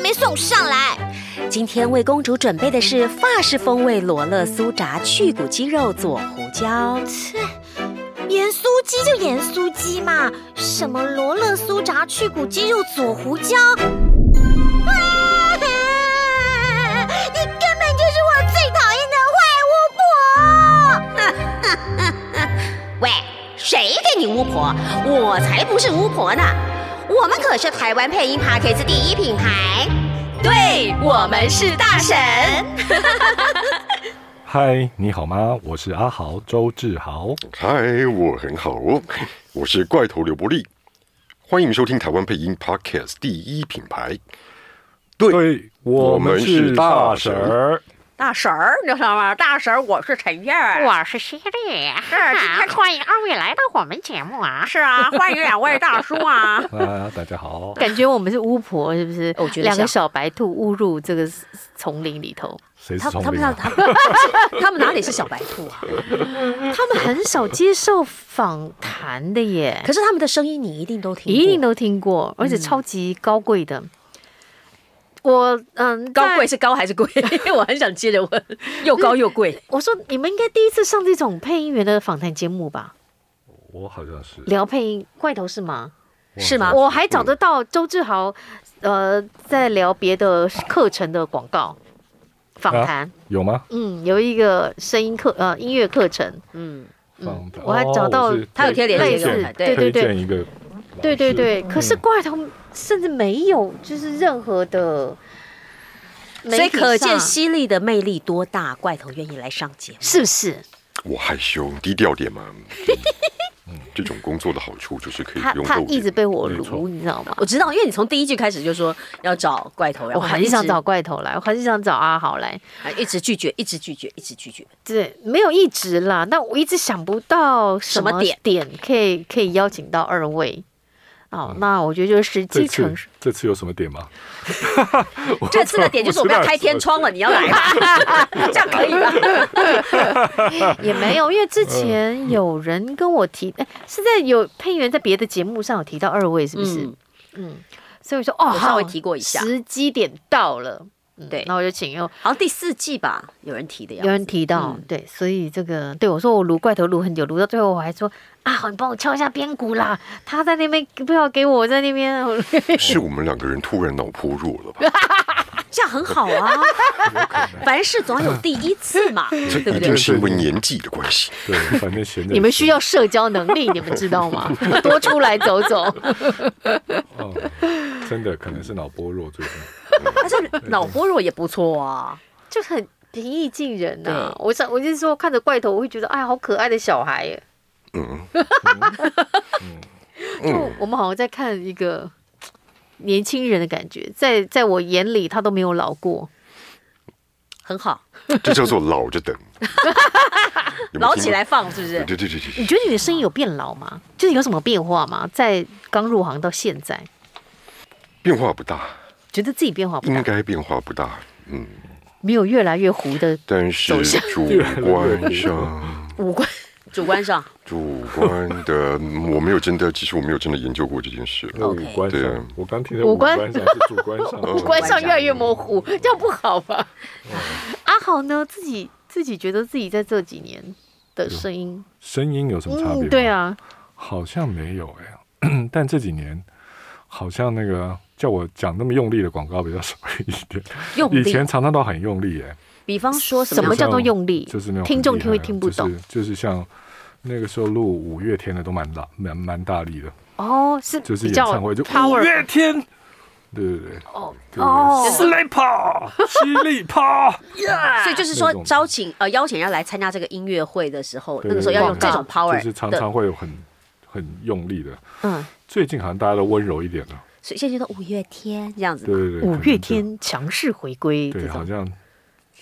没送上来？今天为公主准备的是法式风味罗勒酥炸去骨鸡肉佐胡椒。切，盐酥鸡就盐酥鸡嘛，什么罗勒酥炸去骨鸡肉佐胡椒？啊！你根本就是我最讨厌的坏巫婆！喂，谁给你巫婆？我才不是巫婆呢！我们可是台湾配音 p a c k a g e 第一品牌，对我们是大神。嗨，你好吗？我是阿豪周志豪。嗨，我很好哦， 我是怪头刘伯利，欢迎收听台湾配音 Podcast 第一品牌。对，我们是大婶儿。大婶儿，你知道吗？大婶儿，我是陈燕儿。我是犀利，是今 天欢迎二位来到我们节目啊！是啊，欢迎两位大叔啊！啊，大家好。 感觉我们是巫婆，是不是？ 我觉得两个像小白兔误入这个丛林里头，谁是他聪他们明他啊？他们他们哪里是小白兔啊？他们很少接受访谈的耶，可是他们的声音你一定都听过，嗯一定都听过，而且超级高贵的。我嗯，高贵在。是高还是贵？ 我很想接着问，又高又贵。我说你们应该第一次上这种配音员的访谈节目吧？我好像是聊配音怪头是吗？我是吗啊我还找得到周志豪，呃，在聊别的课程的广告访啊谈。有吗？嗯，有一个声音课呃音乐课程，嗯，放的我还找到哦我是他有贴推链类接给我似看对推对对荐一个，对对对。可是嗯怪头甚至没有就是任何的媒体嗯所上，以可见犀利的魅力多大，怪头愿意来上节目。是不是我害羞，低调点 嘛。嗯，这种工作的好处就是可以他不用他露一直脸。被我没错撸，你知道吗？我知道，因为你从第一句开始就说要找怪头，然我后很想找，怪头来，我很想找阿豪来，一直拒绝，一直拒绝，一直拒绝。对，没有一直啦，但我一直想不到什什么点点可以可以邀请到二位。哦，嗯那我觉得就是时这机成次熟。这次有什么点吗？这次的点就是我们要开天窗了，你要来吗？这样可以吧？也没有，因为嗯之前有人跟我提，哎、是在有配音员在别的节目上有提到二位，是不是？嗯嗯，所以我说哦，有稍微好提过一下时机点到了。嗯对那我就请用好像第四季吧，有人提的样有子。人提到，嗯对，所以这个对我说我撸怪头撸很久，撸到最后我还说啊，好，你帮我敲一下边鼓啦，他在那边不要给我在那边，是我们两个人突然脑波弱了吧？这样很好啊，凡事总要有第一次嘛，这 对不一对定？是因为年纪的关系。对，反正闲着。 你们需要社交能力，你们知道吗？多出来走走。哦，真的可能是脑波弱最近。但是脑波弱也不错啊。就很平易近人呐、对我想，我就是说，看着怪头，我会觉得，哎，好可爱的小孩耶。 嗯，就我们好像在看一个嘖年轻人的感觉，在在我眼里，他都没有老过。很好，这叫做老 着等。有没有听过老起来。放是不对是？对对对对你。觉得你的声音有变老吗？就是有什么变化吗？在刚入行到现在，变化不大，觉得自己变化不应大，该变化不大。嗯，没有越来越糊的。但是走向主观上。五官主观上主观的，嗯我没有真的，其实我没有真的研究过这件事。那五官对上，我刚听的五五官官上是主观上， 五官上越来越模糊，这样不好吧？阿豪呢，自己自己觉得自己在这几年的声音，声音有什么差别、嗯，对，啊，好像没有哎、 但这几年好像那个叫我讲那么用力的广告比较少一点，哦用以力，前常常都很用力哎、比方说什什么么样？叫做用力？就是那种听很众厉害听会听不懂。就是，就是像。那个时候录五月天的都蛮大蛮蛮大力的，哦，是就是比演较唱会就五 power 月天，对对对，哦对哦， ，Slapper 犀利 炮，所以就是说那种招请呃邀请人家来参加这个音乐会的时候，对那个时候要用对这对种 power 就是常的常会有很很用力的。嗯，最近好像大家都温柔一点了，所以现在就到五月天这样子对嘛。对对，五可月能就天强势回归这对，好种，像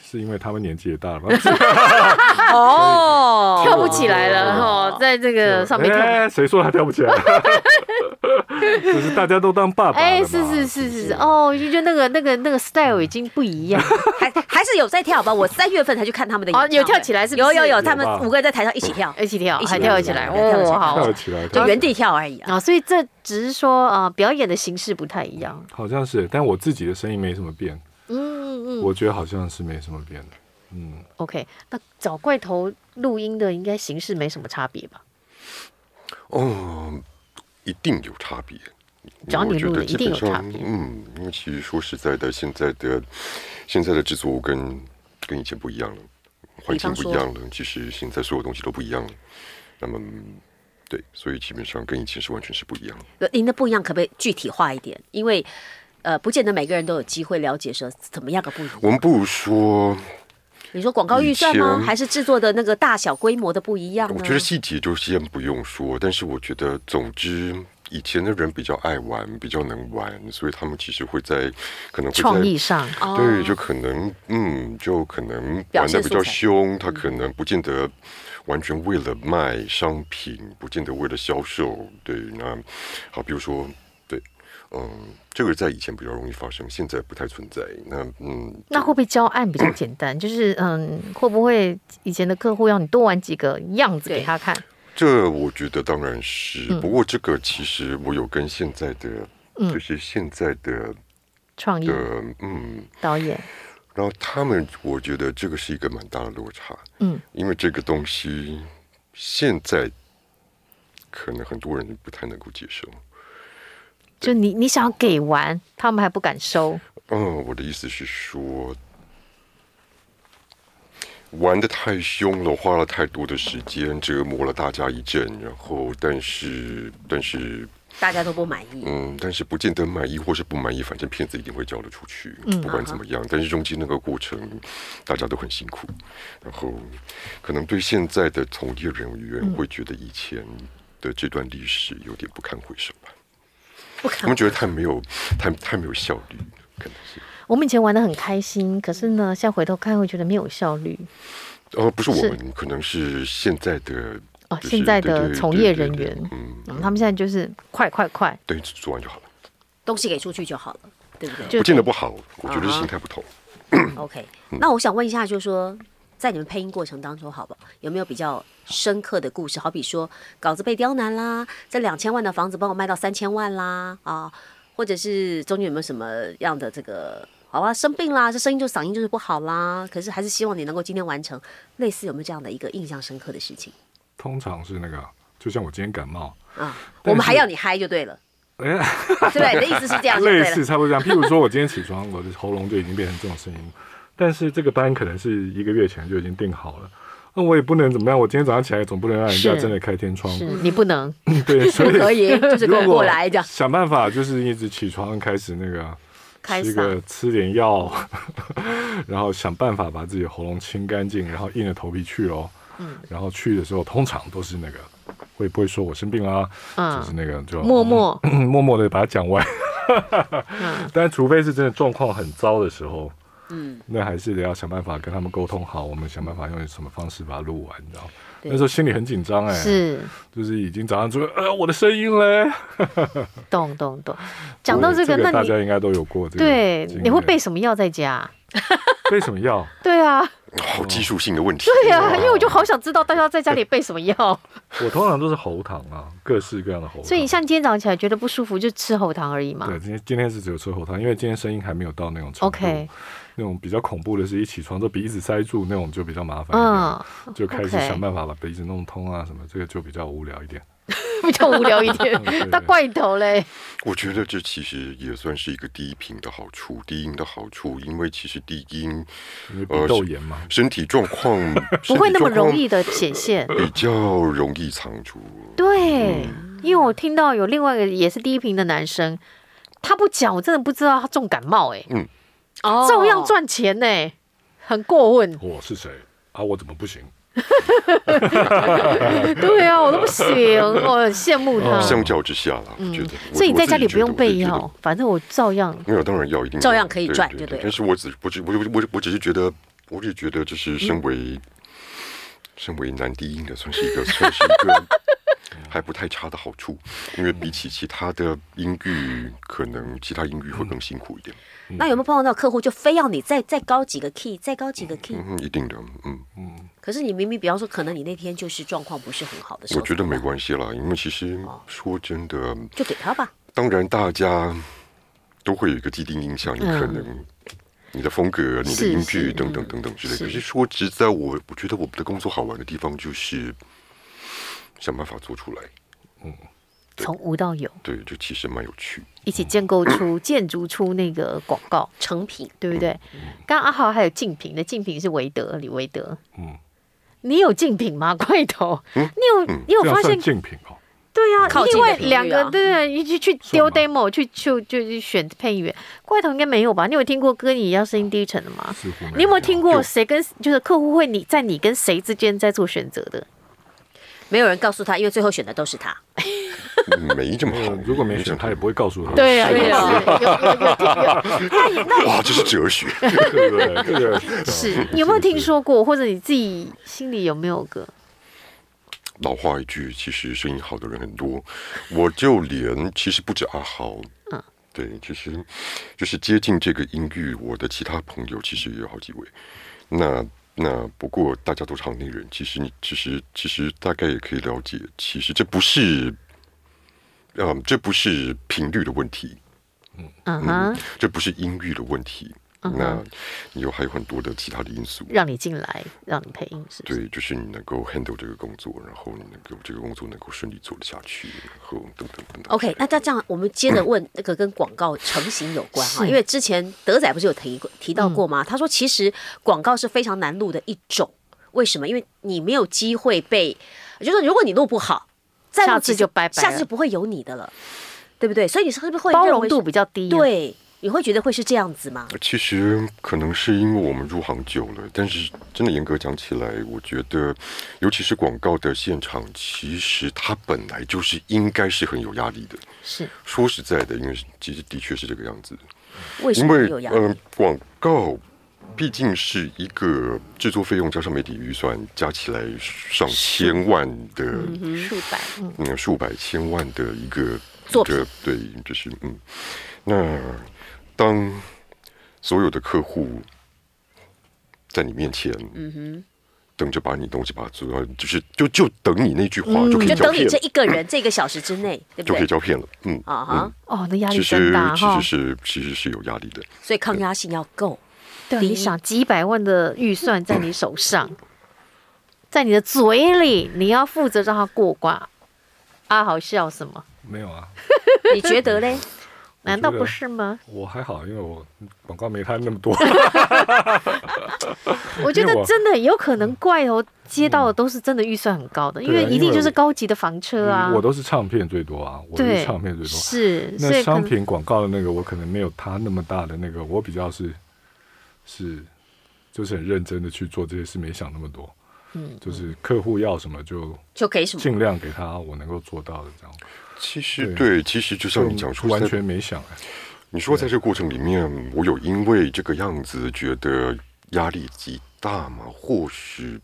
是因为他们年纪也大了吧，哦跳哦呃哎不起来了哈，在这个上面看。 哎谁说他跳不起来？就是大家都当爸爸了嘛。哎，是是是是是，哦，就就那个那个那个 style 已经不一样了，还还是有在跳吧？我三月份才去看他们的演唱会哦有跳起来是不有是有有，有他们吧五个人在台上一起跳，一起跳，一起还跳跳起起来来，跳起来哦，好跳起来，就原地跳而已啊。啊，所以这只是说啊、呃表演的形式不太一样。好像是，但我自己的声音没什么变，嗯嗯嗯我觉得好像是没什么变的。嗯， ，OK，那找怪头录音的应该形式没什么差别吧？哦，一定有差别。只要你我觉录得了，基一定本有差上，别。嗯，因为其实说实在的，现在的现在的制作跟跟以前不一样了，环境比方不说一样了，其实现在所有东西都不一样了。那么，对，所以基本上跟以前是完全是不一样的。您的不一样，可不可以具体化一点？因为呃，不见得每个人都有机会了解说怎么样个不一样。我们不如说，你说广告预算以吗？前还是制作的那个大小规模的不一样呢？我觉得细节就先不用说，但是我觉得，总之，以前的人比较爱玩，比较能玩，所以他们其实会在可能会在创意上，对，就可能，嗯，就可能哦表玩的现比素较材嗯凶，他可能不见得完全为了卖商品，不见得为了销售。对，那好，比如说，对，嗯，这个在以前比较容易发生，现在不太存在。那嗯，那会不会教 案比较简单？就是嗯，会不会以前的客户要你多玩几个样子给他看？这我觉得当然是，不过这个其实我有跟现在的，就是现在的创意的，嗯，导演，然后他们，我觉得这个是一个蛮大的落差，嗯，因为这个东西现在可能很多人不太能够接受。就你你想要给完，他们还不敢收，嗯，我的意思是说，玩的太凶了，花了太多的时间，折磨了大家一阵，然后但是但是大家都不满意。嗯，但是不见得满意或是不满意，反正片子一定会交得出去，嗯不管怎么啊样。但是中间那个过程，大家都很辛苦，然后可能对现在的从业人嗯员会觉得以前的这段历史有点不堪回首吧，不他可们觉得太没有太太没有效率，可能是。我们以前玩的很开心，可是嗯呢，现在回头看会觉得没有效率。呃，不是我是们，可能是现在的哦就是现在的对对从对业对人对员嗯，嗯，他们现在就是快快快，对，做完就好了，东西给出去就好了，对不对？嗯就不见得不好，我觉得啊哈心态不同。 OK，那我想问一下，就是说，在你们配音过程当中，好不好？有没有比较深刻的故事？好比说，稿子被刁难啦，这两千万的房子帮我卖到三千万啦，啊，或者是中间有没有什么样的这个，好啊，生病啦，这声音就嗓音就是不好啦，可是还是希望你能够今天完成，类似有没有这样的一个印象深刻的事情通常是那个，就像我今天感冒，啊？但我们还是要你嗨就对 了，哎，对不对？你的意思是这啊样就类对了似。差不多这样。譬如说，我今天起床，我的喉咙就已经变成这种声音，但是这个班可能是一个月前就已经定好了。那我也不能怎么样，我今天早上起来总不能让人家是真的开天窗，是你不能， 对，所以 可以，就是如跟果我过来这样。想办法就是一直起床开始那个开吃个吃点药， 然后想办法把自己的喉咙清干净，然后硬着头皮去哦。嗯，然后去的时候通常都是那个会不会说我生病啦、嗯就是那哎个就嗯默默默默的把它讲完。 但除非是真的状况很糟的时候。嗯，那还是得要想办法跟他们沟通好，我们想办法用什么方式把它录完，你知道吗？那时候心里很紧张哎、是就是已经早上出呃我的声音嘞，懂懂懂。讲到这个，那大你家应该都有过这个对经验。你会备什么药在家啊？备什么药？对啊，好哦技术性的问题。对啊，因为我就好想知道大家 在家里备什么药，我通常都是喉糖啊，各式各样的喉糖。所以像啊今天早上起来觉得不舒服就吃喉糖而已嘛。对，今天今天是只有吃喉糖，因为今天声音还没有到那种程度。 OK 那种比较恐怖的是，一起床就鼻子塞住，那种就比较麻烦。嗯，嗯，就开始 OK 想办法把鼻子弄通啊，什么这个就比较无聊一点。 比较嗯无聊一 点对对。那怪头嘞，我觉得这其实也算是一个低频的好处，低音的好处，因为其实低音因为鼻窦炎嘛，身体状 况不会那么容，易的显现。身体状况比较容易藏住。对，嗯因为我听到有另外一个也是低频的男生，他不讲，我真的不知道他重感冒哎、哦照样赚钱呢、很过分。我是谁啊？我怎么不行？对啊，我都不行，我很羡慕他。相较之下啦，我觉得，哦我嗯所以你在家里我自己不用觉得备我自己觉得药，反正我照样。没有，当然要一定照样可以赚对就对了但是我只我只我我我我只是觉得，我只是 嗯觉得，就是身为、身为男低音的，算是一个算是一个还不太差的好处，因为比起其他的音域，可能其他音域会更辛苦一点。嗯那有没有碰到那客户就非要你再再高几个 key，再高几个 key？、嗯，一定的，嗯，可是你明明，比方说，可能你那天就是状况不是很好的时候，我觉得没关系啦，因为其实啊说真的，就给他吧。当然大家都会有一个既定印象，你可嗯能你的风格、你的是音是域等等等等之类是的。可是说实在，我我觉得我们的工作好玩的地方就是想办法做出来，从无到有，对，就其实蛮有趣。一起建构出、建筑出那个广告，成品对不对？刚刚阿豪还有竞品的，竞品是韦德李韦德，嗯你有竞品吗？ 块头，你有你有这样发算现竞品哦。对啊靠，近另外的频率两个啊对对，一去去丢算 demo，去去就去选配乐，怪头应该没有吧？你有听过跟你一样声音低沉的吗？似乎没有你有没有听过谁跟就是客户会你在你跟谁之间在做选择的？没有人告诉他，因为最后选的都是他。嗯没这么好呃，如果没这选，么他好也不会告诉他。对啊，是也啊是有有有有哇，这是哲学。对不对？这个 是有没有听说过，或者你自己心里有没有个？老话一句，其实声音好的人很多，我就连 其实不止阿豪，嗯，对，其实就是接近这个音域，我的其他朋友其实也有好几位。那那不过大家都是行内人，其实你其实其实大概也可以了解，其实这不是，嗯，这不是频率的问题，嗯哼，这不是音域的问题。那你有还有很多的其他的因素，让你进来，让你配音是不是？对，就是你能够 handle 这个工作，然后你能够这个工作能够顺利做得下去，然后等等等等。 OK，那嗯那这样我们接着问那个跟广告成型有关哈，是嗯因为之前德仔不是有提过提到过吗？他说其实广告是非常难录的一种，为什么？因为你没有机会被，就是如果你录不好，再录下次几次就拜拜下了次就不会有你的了，对不对？所以你是不是会包认容为度是比较低、啊，，对？你会觉得会是这样子吗？其实可能是因为我们入行久了，但是真的严格讲起来，我觉得，尤其是广告的现场，其实它本来就是应该是很有压力的。是说实在的，因为其实的确是这个样子，为什因么为会有压力？嗯、广告毕竟是一个制作费用加上媒体预算加起来上千万的数百，嗯，嗯，数百千万的一个作品一个对，就是嗯，那当所有的客户在你面前，嗯哼，等着把你东西把它做到，就是就就等你那句话就可以嗯就胶等片你这了，一个人这个小时之内，对就可不以对？胶片了，嗯，啊哈，哦，那压力其真实大其哈实。是其实是有压力的，所以抗压性要够。对啊，第你一想几百万的预算在你 手上，在你的嘴里，你要负责让它过关。阿豪笑什么？没有啊，你觉得嘞？难道不是吗？我还好，因为我广告没他那么多。我觉因为得我嗯真的有可能怪头接到的都是真的预算很高的，因为因为一定就是我嗯高级的房车啊。 我都是唱片最多啊，我对是唱片最多。是，所那以可商能品广告的那个，我可能没有他那么大的那个，我比较是是就是很认真的去做这些事，没想那么多。嗯，就是客户要什么就就给什么？尽量给他我能够做到的这样。其实对对，其实就像你讲说，完全没想哎，你说在这个过程里面，我有因为这个样子觉得压力极大吗？或许，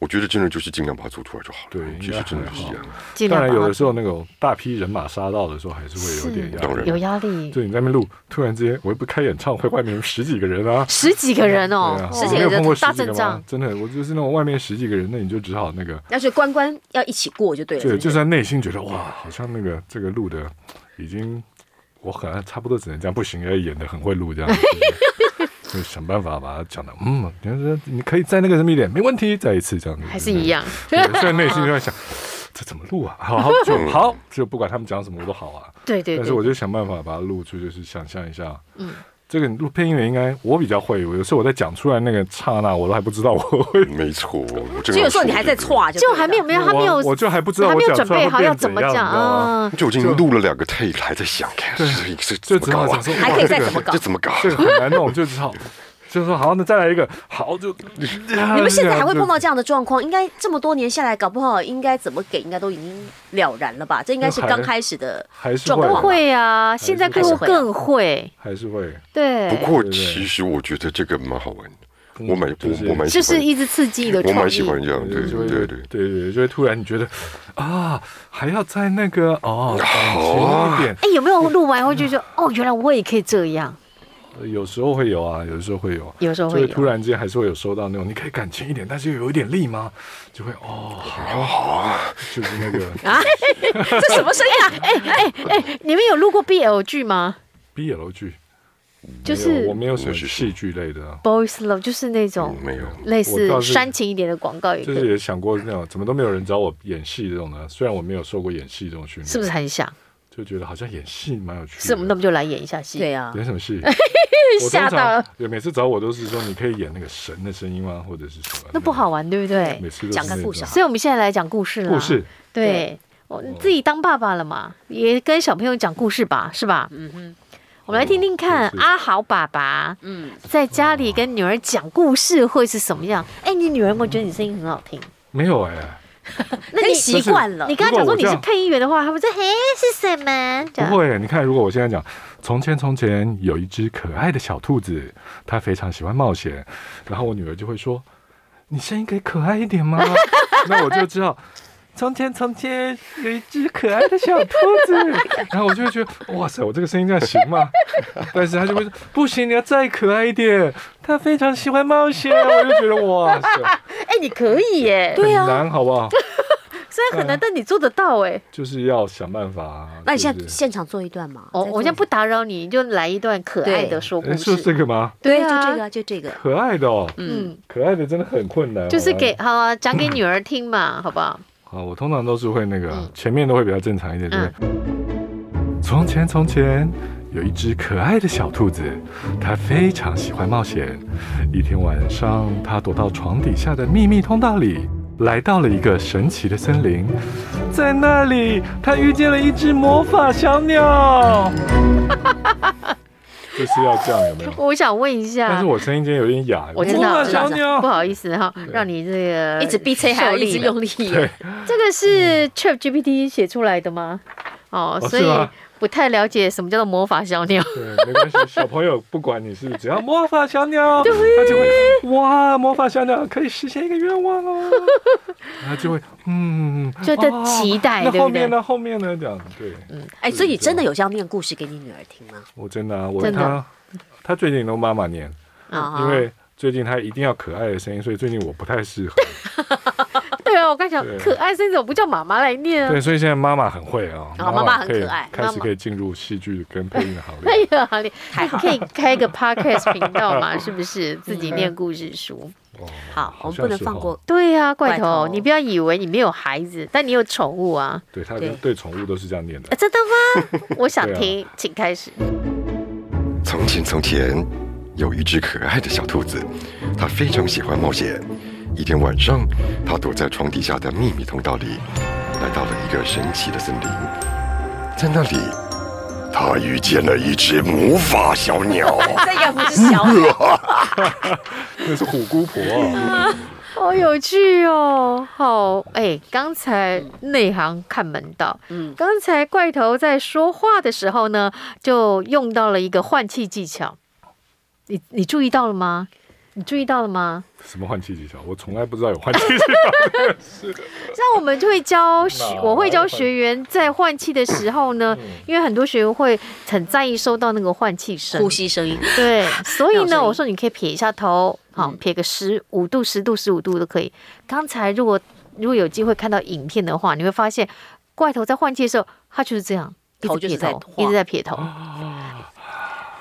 我觉得真的就是尽量把它做出来就好了。对其实真的是应该这还样。啊尽当量然有的把时候那种大批人马杀到的时候，还是会有点是压当力然。有压力就。你在那边录，突然之间我又不开演唱会，外面有十几个人啊，十几个人哦对啊，，十我几没个有人碰过十大几阵个仗吗？，真的，我就是那种外面十几个人，那你就只好那个，要是关关要一起过就对了。对，是不就是算内心觉得哇，好像那个这个录的已经，我好像差不多只能这样，不行，要演的很会录这样。 就是就想办法把它讲的，嗯，你说你可以再那个什么一点，没问题，再一次这样子，还是一样。对。对虽然内心就在想，这怎么录啊？好好就好，就不管他们讲什么我都好啊。 对对但是我对，就想办法把它录出，就是想象一下，嗯，这个录配音员应该我比较会，我有时候我在讲出来那个刹那，我都还不知道我会，没错，我这就有时候你还在错，啊，就还没有对了没有，他没有，我我就还不知道还我没有讲准出来备会好变要怎么怎样讲你知道吗啊。就已经录了两个 take 还在想，看这这就只这怎么好搞想啊？说，还哇可以这再个怎么 搞这怎么搞？这个很难弄，就只好就说好，那再来一个，好就你你们现在还会碰到这样的状况？应该这么多年下来，搞不好应该怎么给，应该都已经了然了吧？这应该是刚开始的还是状会况啊吧。会啊，现在客户更会，还是会对，不过其实我觉得这个蛮好玩的。我蛮就我是我蛮喜就是欢，一直刺激你的我创蛮喜意。欢这样，对就会对对。对对，就会突然你觉得啊，还要在那个哦，感情一哦点，哎，有没有录完后 就说哦，原来我也可以这样？有时候会有啊，有时候会有，有时候就会会有突然间还是会有收到那种，你可以感情一点，但是又有一点力吗？就会哦， 好好啊，就是那个这什么声音 啊？哎哎哎，你们有录过 BL 剧吗？ BL 剧，没就有是我没有什么那是什戏么剧类的啊， Boys Love，就是那种没有，啊类嗯我倒似是煽情一点的广告，也可就是以，也想过那种怎么都没有人找我演戏这种的，虽然我没有受过演戏这种训练，是不是？很想？就觉得好像演戏蛮有趣的，是，那我们就来演一下戏。对啊，演什么 戏？我吓到了通常。对，每次找我都是说你可以演那个神的声音吗？或者是什么？那不好。玩，对不对每？次都是讲个那种啊故事好所以我们现在来讲故事了。故事，对，嗯我自己当爸爸了嘛，也跟小朋友讲故事吧，是吧？嗯哼，我们来听听看哦故事阿豪爸爸，嗯，在家里跟女儿讲故事会是什么样？哎，你女儿有没有觉得你声音很好听？没有哎、那可以你习惯了你。跟她讲说你如果我这是样配音员的话，他们说嘿是什么？啊这不样会、你看，如果我现在讲，从前从前有一只可爱的小兔子，它非常喜欢冒险，然后我女儿就会说：“你声音可以可爱一点吗？” 那我就知道。从前，从前有一只可爱的小兔子，然后我就会觉得，哇塞，我这个声音这样行吗？ 但是她就会说，不行，你要再可爱一点。她非常喜欢冒险，我就觉得，哇塞， 哎，你可以耶，很啊难，好不好？虽然很难，但你做得到哎。就是要想办法啊。那你现就在是现场做一段嘛？我再做哦我一现在不段打扰你，你就来一段可爱的说故哎是这事。个吗？对，对就啊这个啊，就这个。可爱的哦，嗯，可爱的真的很困难。就是好吧给好啊，讲给女儿听嘛，好不好？好，我通常都是会那个嗯前面都会比较正常一点，就是从前从前有一只可爱的小兔子，它非常喜欢冒险。一天晚上，它躲到床底下的秘密通道里，来到了一个神奇的森林，在那里它遇见了一只魔法小鸟。 就是要这样， 有没有？我想问一下，但是我声音今天有点哑，啊我知魔道，法我嗯知道小鸟不好意思哈，让你这个一直逼催，还要啊一直受力了用呃力。这个是 Chat GPT 写出来的吗？哦，嗯哦所以是吗不太了解什么叫做魔法小 鸟。对，没关系，小朋友不管你是只要魔法小鸟，他就会哇，魔法小鸟可以实现一个愿望 哦，他就会嗯，就在期待哦对不对嗯那后面呢？后面呢？这样对，哎，所以你真的有这样念故事给你女儿听吗？我真的啊，我真的他他最近都妈妈念，啊因为最近他一定要可爱的声音，所以最近我不太适 合。对啊，我刚想对可爱声怎么不叫妈妈来念啊对，？所以现在妈妈很会哦，哦妈妈很可以可爱开妈始妈可以进入戏剧跟配音的 行哎列。呀，你你可以开一个 podcast 频道 嘛，是不是？嗯自己念故事书。好，我好们像不能是放哦过。对呀、怪怪头，头你不要以为你没有孩子，但你有宠物啊！对，他对跟对宠物都是这样念的呃啊。真的吗？我想对啊听，请开始。从前从前有一只可爱的小兔子，它非常喜欢冒险。一天晚上，它躲在床底下的秘密通道里，来到了一个神奇的森林。在那里，它遇见了一只魔法小鸟。这个不是小哎鸟，那是虎姑婆 啊，好有趣哦！好，哎、刚才内行看门道。嗯，刚才怪头在说话的时候呢，就用到了一个换气技巧。你你注意到了吗？你注意到了吗？什么换气技巧？我从来不知道有换气技巧。那我们就会教学哪，我会教学员在换气的时候呢，因为很多学员会很在意收到那个换气声呼。吸声音。对，所以那种嗯声呢，音我说你可以撇一下头，好，撇个十五度、十度、十五度都可以。刚才如果如果有机会看到影片的话，你会发现怪头在换气的时候，他就是这样，一直头就是撇在头，晃一直在撇头。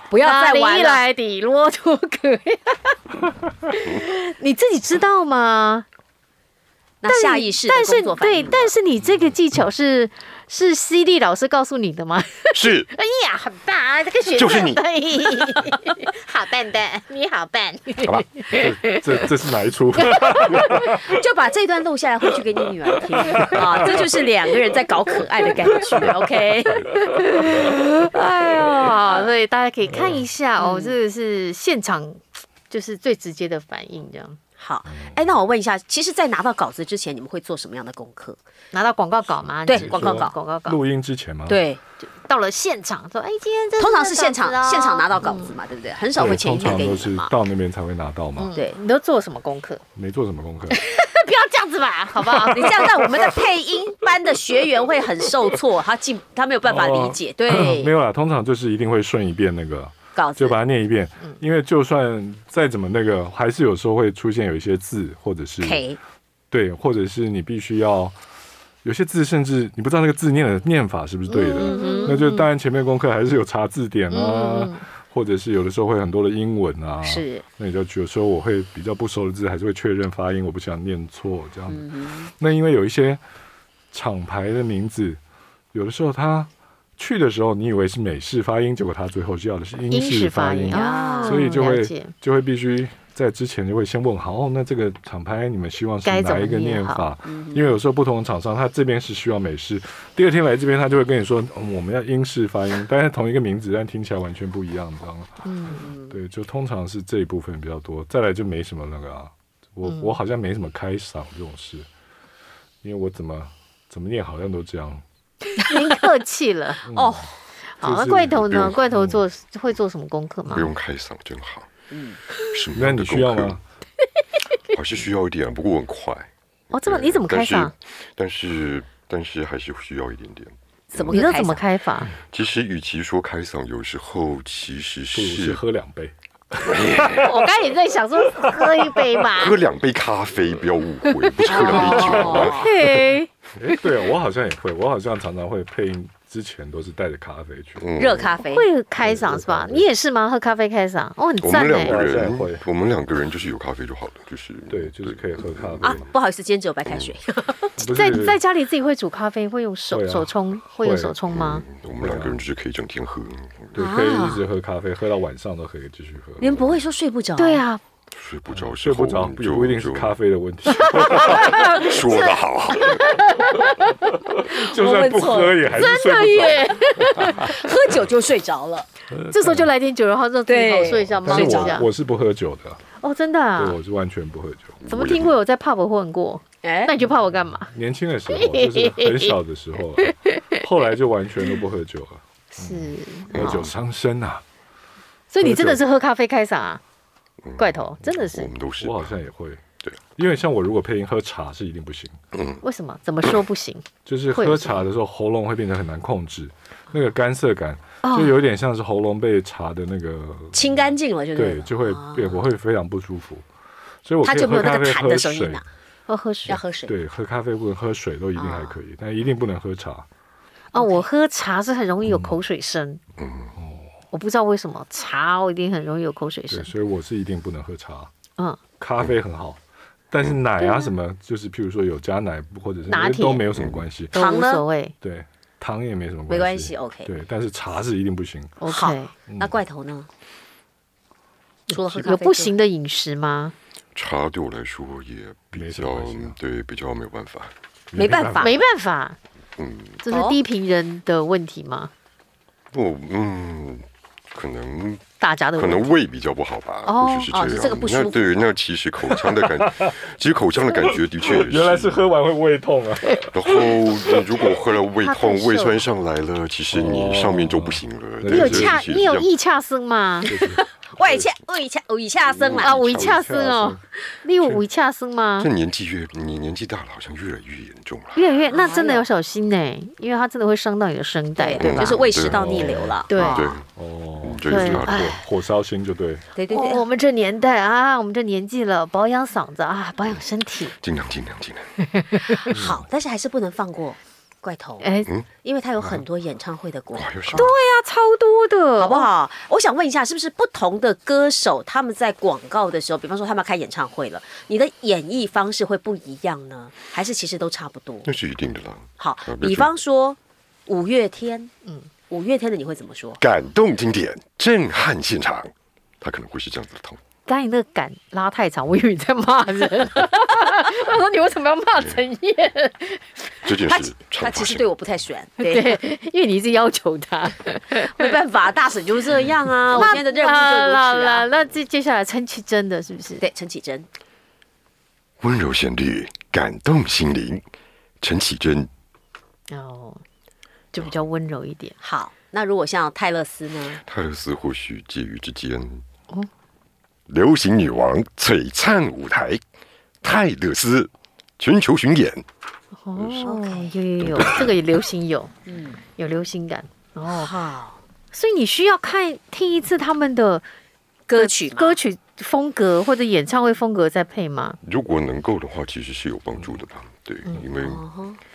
不 要再哪里玩了。来的骆驼壳呀？ 你自己知道吗？那下意识的但是工作反对，应，但是你这个技巧是是 C D 老师告诉你的吗？ 是，哎呀，很棒啊，这个学就是你对好笨蛋，你好笨。 好吧，这这这是哪一出？就把这段录下来回去给你女儿 听啊，这就是两个人在搞可爱的感 觉，OK？哎呀，所以嗯大家可以看一下哦，这个是现场就是最直接的反应，这样。好，哎，那我问一下，其实，在拿到稿子之前，你们会做什么样的功课？拿到广告稿吗？对你是广告稿广告 稿。录音之前吗？，对，到了 现场说，哎，今天这通常是现场现场拿到。到稿子嘛，对不对？很少会对，前一通常都天给你们是嘛。嗯到那边才会拿到嘛，对，你都做什么功课？没做什么功课。不要这样子吧，好不好？哦你这样在我们的配音班的学员会很受挫，他进他没有办法理解，对，没有啦，通常就是一定会顺一遍那个，稿子就把它念一遍，嗯因为就算再怎么那个，还是有时候会出现有一些字，或者是 K 对，或者是你必须要有些字，甚至你不知道那个字念的念法是不是对的，嗯嗯那就当然前面功课还是有查字典啊，或者是有的时候会很多的英文啊，嗯是那你就有时候我会比较不熟的字，还是会确认发音，我不想念错这样子。那因为有一些厂牌的名字，有的时候它去的时候你以为是美式发音，结果它最后是要的是英式发音，啊，所以就会了解就会必须在之前就会先问好，哦，那这个厂牌你们希望是该怎哪么一个念念法好？嗯因为有时候不同的厂商，他这边是需要美式，第二天来这边他就会跟你说，嗯、我们要英式发音，但是同一个名字，但听起来完全不一样，你知道吗？嗯，对，就通常是这一部分比较多，再来就没什么那个、啊，我、嗯我好像没什么开嗓这种事，因为我怎么怎么念好像都这样。您客 气了。哦，好，就那嗯是怪头呢？嗯怪头做会做什么功课吗不？用开嗓真好。嗯，什么 那样的你功需要课吗？？还是需要一点，不过我很快。哦，这么你怎么呃开嗓？但是但是但是还是需要一点点。怎么你个都开怎么嗓？开法？其实与其说开嗓，有时候其实不如是是喝两杯， 我刚才也在想说喝一杯 吧。喝两杯咖啡，不要误会，不是喝两杯酒。哦嘿，哎，对、啊、我好像也会，我好像常常会配音之前都是带着咖啡去。嗯热咖啡，会开嗓是吧？你也是吗？喝咖啡开嗓？哦，很 我赞们两个哎。赞美人，我们两个人就是有咖啡就好了，就是对，就是可以喝嗯咖啡啊，不好意思，今天只有白开水。不是在在家里自己会煮咖啡，会用手会啊手冲，会用会手冲吗？嗯我们两个人就是可以整天喝，对，啊可以一直喝咖啡，喝到晚上都可以继续喝。你们不会说睡不着？对，啊，睡不着的时睡候不着就也不一定是咖啡的问题， 就说的好，就算不喝也还是睡不着。喝酒就睡着了。 这时候就来点酒，然后让自己对好睡一下，忙但一是下我。我是不喝酒的，哦，真的啊对，？我是完全不喝酒。怎么听过有在 pub 混过？哎那，你就怕我干嘛？年轻的时候就是很小的时候啊，后来就完全都不喝酒了，嗯是，喝 酒伤身啊。所以你真的是喝咖啡开嗓啊？嗯怪头，真的我是们都是我。好像也会，对，因为像我如果配音喝茶是一定不行，为什么？怎么说不行？就是会有喝什么茶的时候喉咙会变得很难控制，那个干涩感哦就有点像是喉咙被茶的那个清干净了就对，了就会对我会非常不舒服，所以我他可以就没有喝那咖个啡、痰的喝声音水了，，要喝水要。喝水。对，喝咖啡或者喝水都一定还哦可以，但一定不能喝茶。哦，我喝茶是很容易有口水声。嗯我不知道为什么茶我一定很容易有口水对，声。所以我是一定不能喝茶，嗯，咖啡很好，但嗯是奶啊什么，就是譬如说有加奶或者是拿那些铁都没有什么关系，都糖无呢所谓。对，糖也没什么嗯没关系系，OK 对，但是茶是一定不行。好 OK，嗯那怪头呢？除了喝咖啡有之外，不行的饮食吗？茶对我来说也比没什么较关系啊对，比较没有办法。没办法，没办法，这是啊哦低频人的问题吗？不，嗯，可能大家的可问题。能胃比较不好吧，哦或许是这嗯哦样。是这个不舒服那对，那其实口腔的 感，其实口腔的感觉的确也原来是喝完会胃痛啊！然后你如果喝了胃怕痛太、瘦胃酸上来了，其实你上面就不行了。你你对所有以恰，其实你有这样易恰生吗？ 我以前我以前我以下生啊，了，五恰生哦，你有五恰生吗这？年纪越你年纪大了，好像越来越严重了。越来越，那真的要小心呢，因为它真的会伤到你的声带，对对吧就？是胃食道逆流了。对。对，啊嗯哦，这个是大哎的。火烧心就对，对对我对，我们这年代啊，我们这年纪了，保养嗓子啊，保养身体。尽量尽量尽量。好，但是还是不能放过怪头， 哎，因为他有很多演唱会的歌。哎还有啥？那超多的，好不？好？我想问一下，是不是不同的歌手他们在广告的时候，比方说他们开演唱会了，你的演绎方式会不一样呢？还是其实都差不多？那是一定的啦。好啊，没比错方说五月天，嗯，五月天的你会怎么说？感动经典，震撼现场，他可能会是这样子的痛。刚才你那个杆拉太长，我以为你在骂 人。我说你为什么要骂陈燕？这件他事常他发其实生对。我不太喜欢，对，对，因为你一直要求 他。没办法，大婶就是这样啊，我今天的任务就如好此了啊。那接接下来陈绮贞的是不是？对，陈绮贞，温柔旋律感动心灵，陈绮贞。哦，就比较温柔一点。好，那如果像泰勒斯呢？泰勒斯或许介于之间。流行女王璀璨舞台，泰勒斯全球巡演。哦，有有有，这个也流行有，嗯，有流行感。哦，好，所以你需要看听一次他们的歌曲嘛歌曲风格或者演唱会风格再配吗？如果能够的话，其实是有帮助的吧？对，因为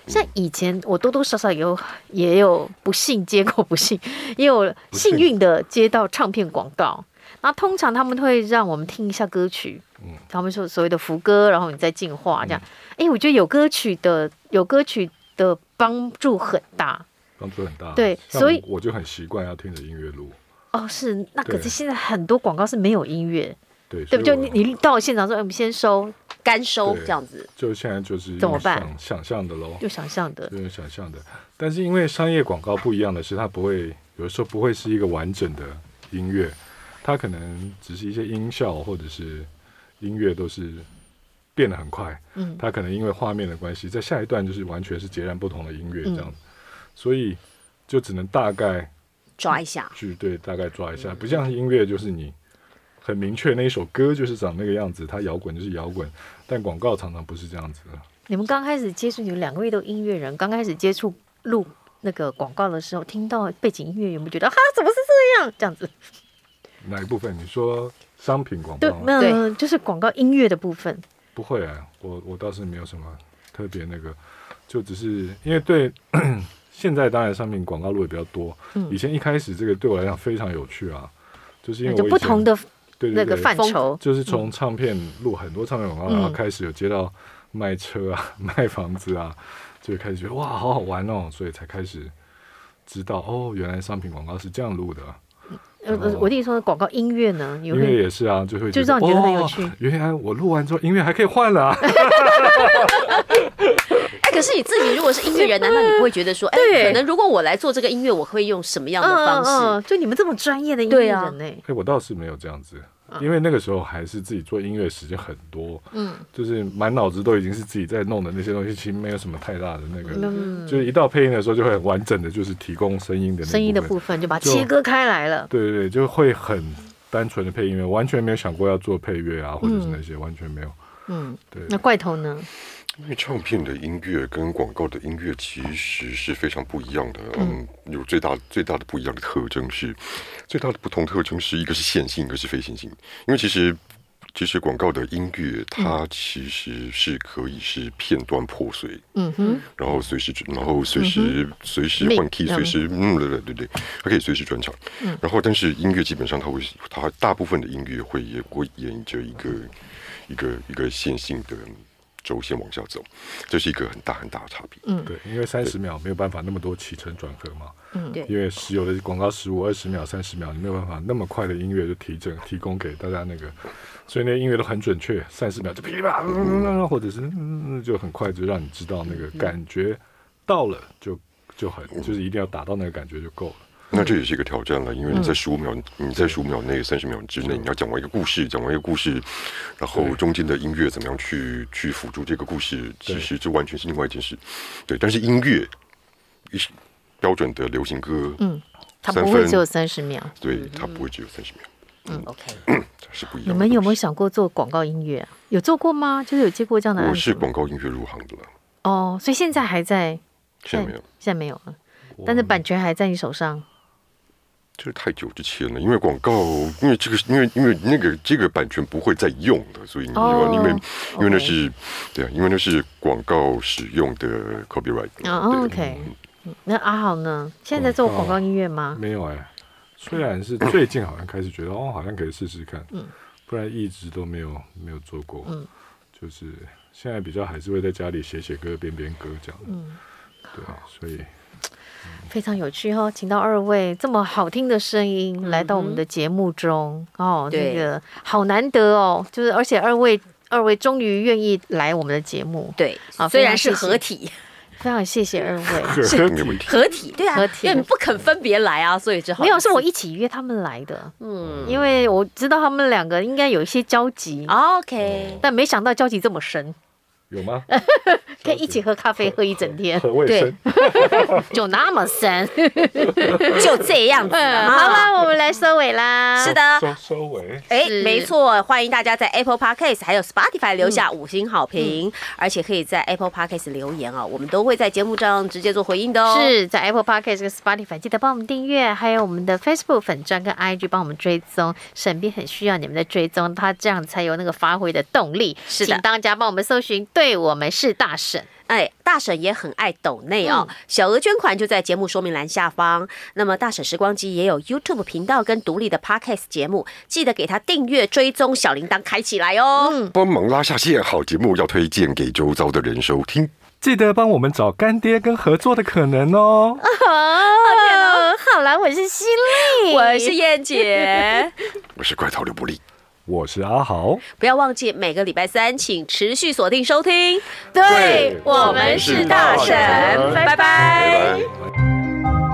像以前我多多少少有也有不幸接过不幸，也有幸运的接到唱片广告。那通常他们会让我们听一下歌曲，他们说所谓的福歌，然后你再进化这样。哎、我觉得有歌曲的有歌曲的帮助很大帮助很大。对像所以我就很习惯要听着音乐录。哦。是，那可对是现在很多广告是没有音乐，对，对不所对？以你我你到了现场说，哎我们先收，干收对这样子，就现在就是怎么办用想想象的喽，又想象的，就用想象的。但是因为商业广告不一样的是，它不会有的时候不会是一个完整的音乐，它可能只是一些音效或者是音乐都是变得很快。嗯它可能因为画面的关系，在下一段就是完全是截然不同的音乐这嗯样子，所以就只能大概抓一下。去对大概抓一嗯下，不像音乐就是你很明确那一首歌就是长那个样子，它摇滚就是摇滚，但广告常常不是这样子的。你们刚开始接触，你们两个月都音乐人，刚开始接触录那个广告的时候，听到背景音乐，有没有觉得哈，怎么是这样？这样子，哪一部分？你说商品广对告，吗？那就是广告音乐的部分。不会啊，我我倒是没有什么特别那个，就只是因为对 现在当然商品广告录也比较多，嗯以前一开始这个对我来讲非常有趣啊，就是因为那我就以不前同的对对那个对范畴，就是从唱片录很多唱片广告，嗯然后开始有接到卖车啊、 卖房子啊，就开始觉得哇，好好玩哦，所以才开始知道哦，原来商品广告是这样录的。呃，呃我弟说广告音乐呢，有音乐会也是啊，就会就觉让你觉得很有哦趣原来我录完之后，音乐还可以换 了、啊。哎，可是你自己如果是音乐人，难道你不会觉得说，哎，对可能如果我来做这个音乐，我会用什么样的方式？嗯，就你们这么专业的音乐对啊人呢，哎、我倒是没有这样子，因为那个时候还是自己做音乐时间很多，嗯，就是满脑子都已经是自己在弄的那些东西，其实没有什么太大的那个，嗯，就是一到配音的时候就会很完整的，就是提供声音的那声音的分部分就把它就切割开来了，对对对，就会很单纯的配音乐，完全没有想过要做配乐啊，或者是那些、完全没有。嗯，对，那怪头呢？因为唱片的音乐跟广告的音乐其实是非常不一样的，嗯，有最大最大的不一样的特征是，最大的不同特征是一个是线性，一个是非线性。因为其实其实广告的音乐它其实是可以是片段破碎，嗯哼，嗯然后随时然后随时随时换 key， Mid，随时嗯对对对对，它可以随时转场。嗯然后但是音乐基本上它会它大部分的音乐会也会沿着一个嗯一个一个线性的轴线往下走，这是一个很大很大的差别。对，因为三十秒没有办法那么多起承转合嘛。嗯对因为是有的广告十五、二十秒、三十秒，你没有办法那么快的音乐就提整提供给大家那个，所以那音乐都很准确，三十秒就噼啪，嗯或者是嗯就很快就让你知道那个感觉到了就就很就是一定要达到那个感觉就够了。那这也是一个挑战了，因为你嗯在十五秒，你在十五秒内、三十秒之内，你要讲完一个故事，讲完一个故事，然后中间的音乐怎么样去去辅助这个故事，其实这完全是另外一件事。对，但是音乐，一是标准的流行歌，嗯，它三不分会只有三十秒。对，它不会只有三十秒，嗯 OK，它是不一样你的。们有没有想过做广告音乐啊？有做过吗？就是有接过这样的案我子是吗？广告音乐入行的了，哦，所以现在还在，现在没有。现在没有了，但是版权还在你手上。这是太久之前了，因为广告，因为这个，因为因为那个这个版权不会再用了，所以你知道哦因为因为那 OK 是对啊，因为那是广告使用的 copyright 嗯对。啊、o k 那阿豪呢？现在在做广告音乐吗？没有哎、虽然是最近好像开始觉得哦，好像可以试试看，不然一直都没有没有做过，就是现在比较还是会在家里写写歌、编编歌这样，对，啊所以非常有趣哦，请到二位这么好听的声音来到我们的节目中、哦，对这个好难得哦，就是而且二位二位终于愿意来我们的节目，对好，虽非常然是谢谢合体，非常谢谢二 位。是没问题。合体对啊合，体因为你不肯分别来啊，所以只好没有，是我一起约他们来的。嗯，因为我知道他们两个应该有一些交集， OK，但没想到交集这么深，有吗？ 可以一起喝咖啡喝一整天，何卫生，哦就那么深。 就这样子嗯，了好哈。了，我们来收尾啦。是的，收收尾。哎是，没错，欢迎大家在 Apple Podcast 还有 Spotify 留下嗯五星好评，而且可以在 Apple Podcast 留言哦，我们都会在节目上直接做回应的哦。是在 Apple Podcast 跟 Spotify 记得帮我们订阅，还有我们的 Facebook 粉专跟 IG 帮我们追踪，沈斌很需要你们的追踪，他这样才有那个发挥的动力。是的请大家帮我们搜寻，对我们是大沈。哎，大婶也很爱抖内嗯哦，小额捐款就在节目说明栏下方。那么大婶时光机也有 YouTube 频道跟独立的 Podcast 节目，记得给他订阅、追踪、小铃铛开起来哦。嗯帮忙拉下线，好节目要推荐给周遭的人收听。记得帮我们找干爹跟合作的可能哦。哦，好啦，我是心丽，我是燕 姐，我是怪盗刘伯利，我是阿豪，不要忘记每个礼拜三，请持续锁定收听。对，我们是是大大婶神，拜拜拜拜拜。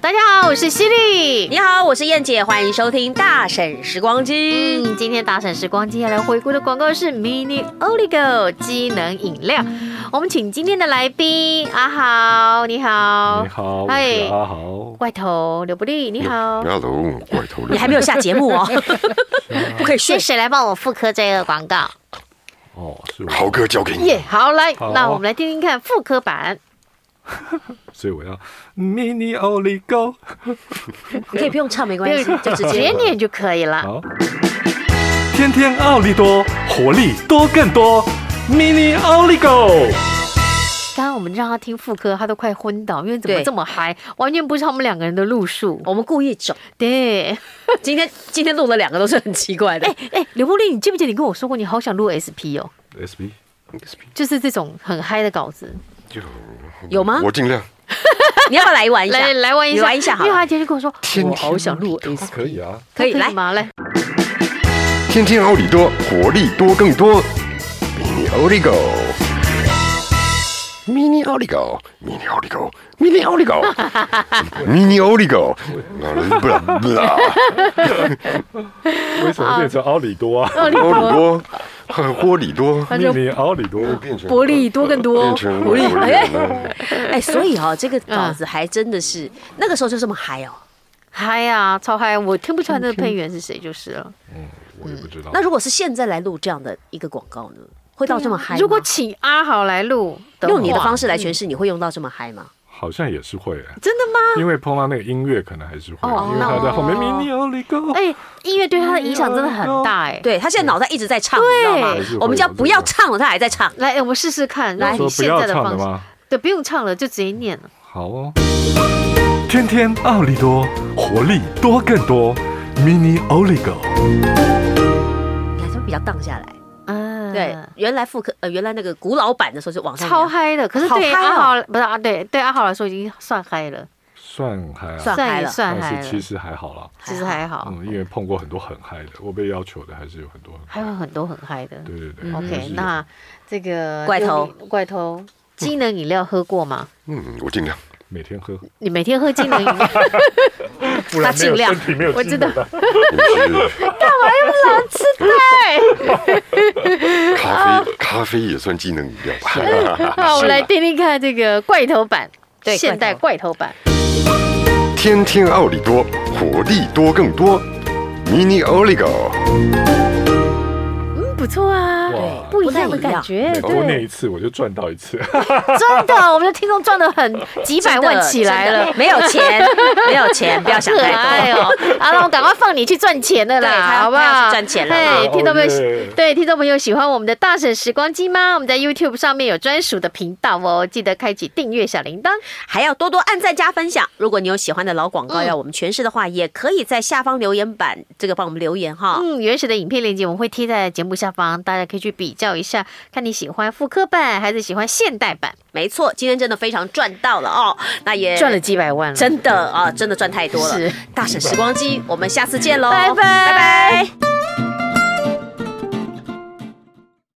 大家好，我是犀利。你好，我是燕姐，欢迎收听《大婶时光机》。嗯，今天打闪时光接下来回顾的广告是 Mini Oligo 机能饮料。我们请今天的来宾阿豪，你好，你好，我嗨是阿豪。外头刘不利，你哎好。 ，Hello，怪头人，你还没有下节目 哦，不可以睡是。谁来帮我复刻这个广告？哦，是我，豪哥交给你耶、。好来，好那我们来听听看复刻版。所以我要 mini oligo。你可以不用唱，没关系，就直直接接。念就可以了。好，天天奥利多，活力多更多，mini oligo。刚刚我们让他听副歌，他都快昏倒，因为怎么对这么嗨，完全不是他们两个人的路数。我们故意整，对，今天今天录的两个都是很奇怪的。哎哎，刘茉莉，你记不记得你跟我说过，你好想录 SP 哦， SB，就是这种很嗨的稿子。就有吗我尽量。你要不要来玩一下？来来玩一你下，玩一下好因为了他，今天就跟我说，我好想录 SP，可以啊。可以来。吗？来，天天奥利多，活力多更多。Mini Oligo，Mini Oligo，Mini Oligo，Mini Oligo，Mini Oligo，不啊啦不啦，为什么变成奥利多啊？奥利波里多，多，很波里多，反正 mini 奥利多。嗯变成薄利多更多哦变成伯利了。哎，所以哦，这个稿子还真的嗯是那个时候就这么嗨哦。嗨呀，超嗨！我听不出来那个配员是谁就是了。嗯，我也不知道。那如果是现在来录这样的一个广告呢，会到这么嗨吗？啊如果请阿豪来录，用你的方式，式来诠释，你会用到这么嗨吗？好像也是会欸，真的吗？因为碰到那个音乐，可能还是会，哦因为他在后面那 mini oligo。哎，音乐对他的影响真的很大哎。对他现在脑袋一直在唱，你知道吗还是会？有我们叫不要唱了，他还在唱。来，哎我们试试看，来说你不现要在的唱方的式，吗？对，不用唱了，就直接念了。好哦。天天奥利多，活力多更多，mini oligo。你还是会比较荡下来。嗯，对，原来复刻呃，原来那个古老版的时候就往上超扬嗨的。可是好对嗨阿哦豪不是啊，对对阿豪来说已经算嗨了，算还好算，嗨也了算嗨但了哦是，其实还好啦。其实还好，嗯，因为碰过很多很嗨的，我被要求的还是有很多很还嗨有的。很多很嗨的。对对对 OK，嗯那这个怪头怪头机能饮料喝过吗？嗯，我尽量。每天喝，你每天喝机能饮料， 不然没有尽量身体没有我机知能道的。咖 啡，咖啡也算技能饮料吧。好，我们来听听看这个怪头版，对现代怪头版，天天奥利多，活力多更多。Mini Oligo，嗯，不错啊，哇不一样的感觉，每多念一对，次我就赚到一次，真的，我们的听众赚了很几百万起来真的了真的。没有 钱，没有钱，不要想可太爱多。哦！好了，我赶快放你去赚钱的对他啦，要啊好不他要好？去赚钱了嘿哦听众朋友耶，对听众朋友喜欢我们的大婶时光机吗？我们在 YouTube 上面有专属的频道哦，记得开启订阅小铃铛。还要多多按赞加分享。如果你有喜欢的老广告嗯要我们诠释的话，也可以在下方留言板这个帮我们留言哈。嗯嗯，原始的影片链接我们会贴在节目下方，大家可以去比较一下，看你喜欢复刻版还是喜欢现代版，没错，今天真的非常赚到了哦，那也赚了几百万了。真的啊，真的赚太多了是。大婶时光机，我们下次见喽，拜拜拜拜。